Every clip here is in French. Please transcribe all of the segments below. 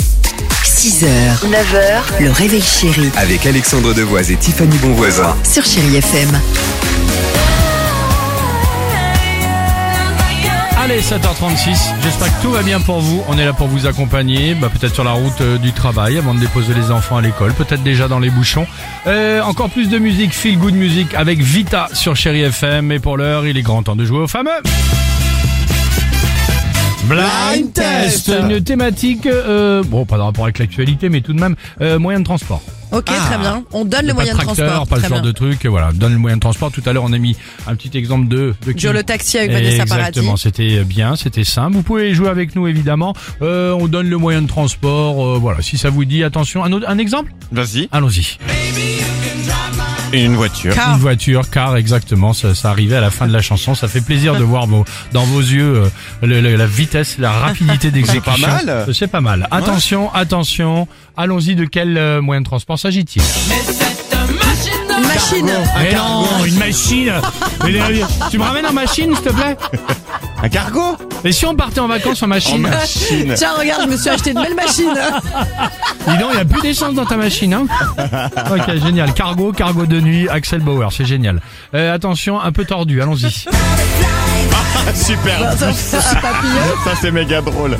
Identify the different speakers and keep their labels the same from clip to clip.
Speaker 1: 6h, 9h, le réveil chéri
Speaker 2: Avec Alexandre Devoise et Tiffany Bonvoisin.
Speaker 1: sur Chérie FM.
Speaker 3: Allez, 7h36, j'espère que tout va bien pour vous. On est là pour vous accompagner, bah, peut-être sur la route euh, du travail, avant de déposer les enfants à l'école, peut-être déjà dans les bouchons. Euh, encore plus de musique, feel good music avec Vita sur Chéri FM. Et pour l'heure, il est grand temps de jouer au fameux. Blind Test Une thématique, euh, bon, pas de rapport avec l'actualité, mais tout de même, euh, moyen de transport.
Speaker 4: Ok,
Speaker 3: Ah.
Speaker 4: très bien. On donne le
Speaker 3: pas
Speaker 4: moyen
Speaker 3: de
Speaker 4: de
Speaker 3: tracteur,
Speaker 4: transport.
Speaker 3: pas le
Speaker 4: très
Speaker 3: genre
Speaker 4: bien.
Speaker 3: de truc, euh, voilà, donne le moyen de transport. Tout à l'heure, on a mis un petit exemple de... de
Speaker 4: Joe
Speaker 3: qui-
Speaker 4: le taxi avec Vanessa Paradis.
Speaker 3: Exactement, c'était euh, bien, c'était simple. Vous pouvez jouer avec nous évidemment. Euh, on donne le moyen de transport. euh, voilà, si ça vous dit, attention. Un, autre- un exemple
Speaker 5: Vas-y.
Speaker 3: Allons-y.
Speaker 5: Une voiture.
Speaker 4: Car.
Speaker 3: Une voiture, car exactement, ça, ça arrivait à la fin de la chanson. Ça fait plaisir de voir vos- dans vos yeux euh, le- le- la vitesse, la rapidité d'exécution. Euh,
Speaker 5: C'est pas mal.
Speaker 3: C'est pas mal. Attention, attention. Allons-y. De quel euh, moyen de transport s'agit-il
Speaker 4: Une machine.
Speaker 3: Mais non, une machine. Mais les- tu me ramènes en machine, s'il te plaît
Speaker 5: Un cargo
Speaker 3: Et si on partait en vacances en
Speaker 5: En
Speaker 3: machine
Speaker 5: machine.
Speaker 4: Tiens, regarde, je me suis acheté une belle machine.
Speaker 3: Dis donc, il n'y a plus d'essence dans ta machine, hein Ok, génial. Cargo, cargo de nuit, Axel Bauer, c'est génial. Euh, attention, un peu tordu, allons-y.
Speaker 5: Super.
Speaker 4: Un papillon.
Speaker 5: Ça, c'est méga drôle.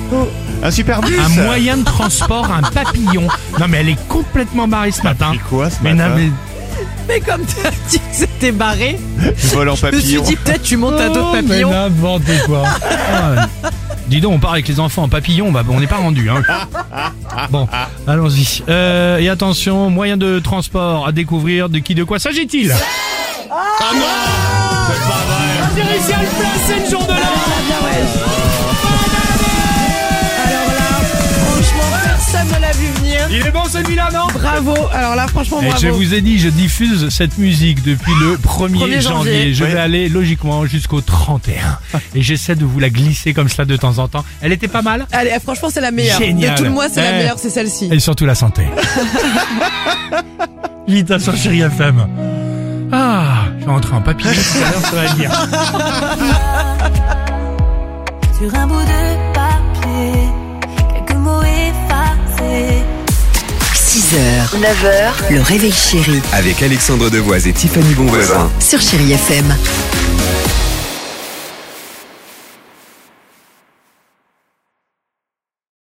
Speaker 5: Un super bus.
Speaker 3: Un moyen de transport, un papillon. Non mais elle est complètement barrée ce matin.
Speaker 5: Et quoi ce
Speaker 3: Mais
Speaker 5: matin
Speaker 3: non, mais...
Speaker 4: Mais comme t'as dit que c'était barré,
Speaker 5: Vol en
Speaker 4: je me suis
Speaker 5: papillon.
Speaker 4: dit peut-être tu montes à d'autres
Speaker 3: Oh, mais
Speaker 4: papillons.
Speaker 3: n'importe quoi. Ah, dis donc, on part avec les enfants en papillon, bah, on n'est pas rendu. Hein. Bon, allons-y. Euh, et attention, moyen de transport à découvrir, de qui, de quoi s'agit-il
Speaker 5: Ah non
Speaker 3: J'ai réussi à le placer le jour de l'an
Speaker 4: Ah, Alors là, franchement, personne ne l'a vu venir.
Speaker 3: Il est bon celui-là, non
Speaker 4: Bravo. Alors là, franchement,
Speaker 3: Et
Speaker 4: bravo.
Speaker 3: je vous ai dit, je diffuse cette musique depuis le 1er,
Speaker 4: 1er
Speaker 3: janvier.
Speaker 4: janvier.
Speaker 3: Je vais
Speaker 5: Ouais.
Speaker 3: aller logiquement jusqu'au 31. Et j'essaie de vous la glisser comme cela de temps en temps. Elle était pas mal
Speaker 4: Allez, franchement, c'est la meilleure.
Speaker 3: Génial.
Speaker 4: De tout le mois, c'est la
Speaker 3: Eh.
Speaker 4: meilleure, c'est celle-ci.
Speaker 3: Et surtout la santé. Vite sur Chéri FM. Ah, je suis rentré en papier tout à l'heure, ça va bien.
Speaker 6: Sur un bout de papier, quelques mots effacés.
Speaker 1: 6h, 9h, le réveil chéri
Speaker 2: Avec Alexandre Devoise et Tiffany Bonvoisin.
Speaker 1: sur Chérie FM.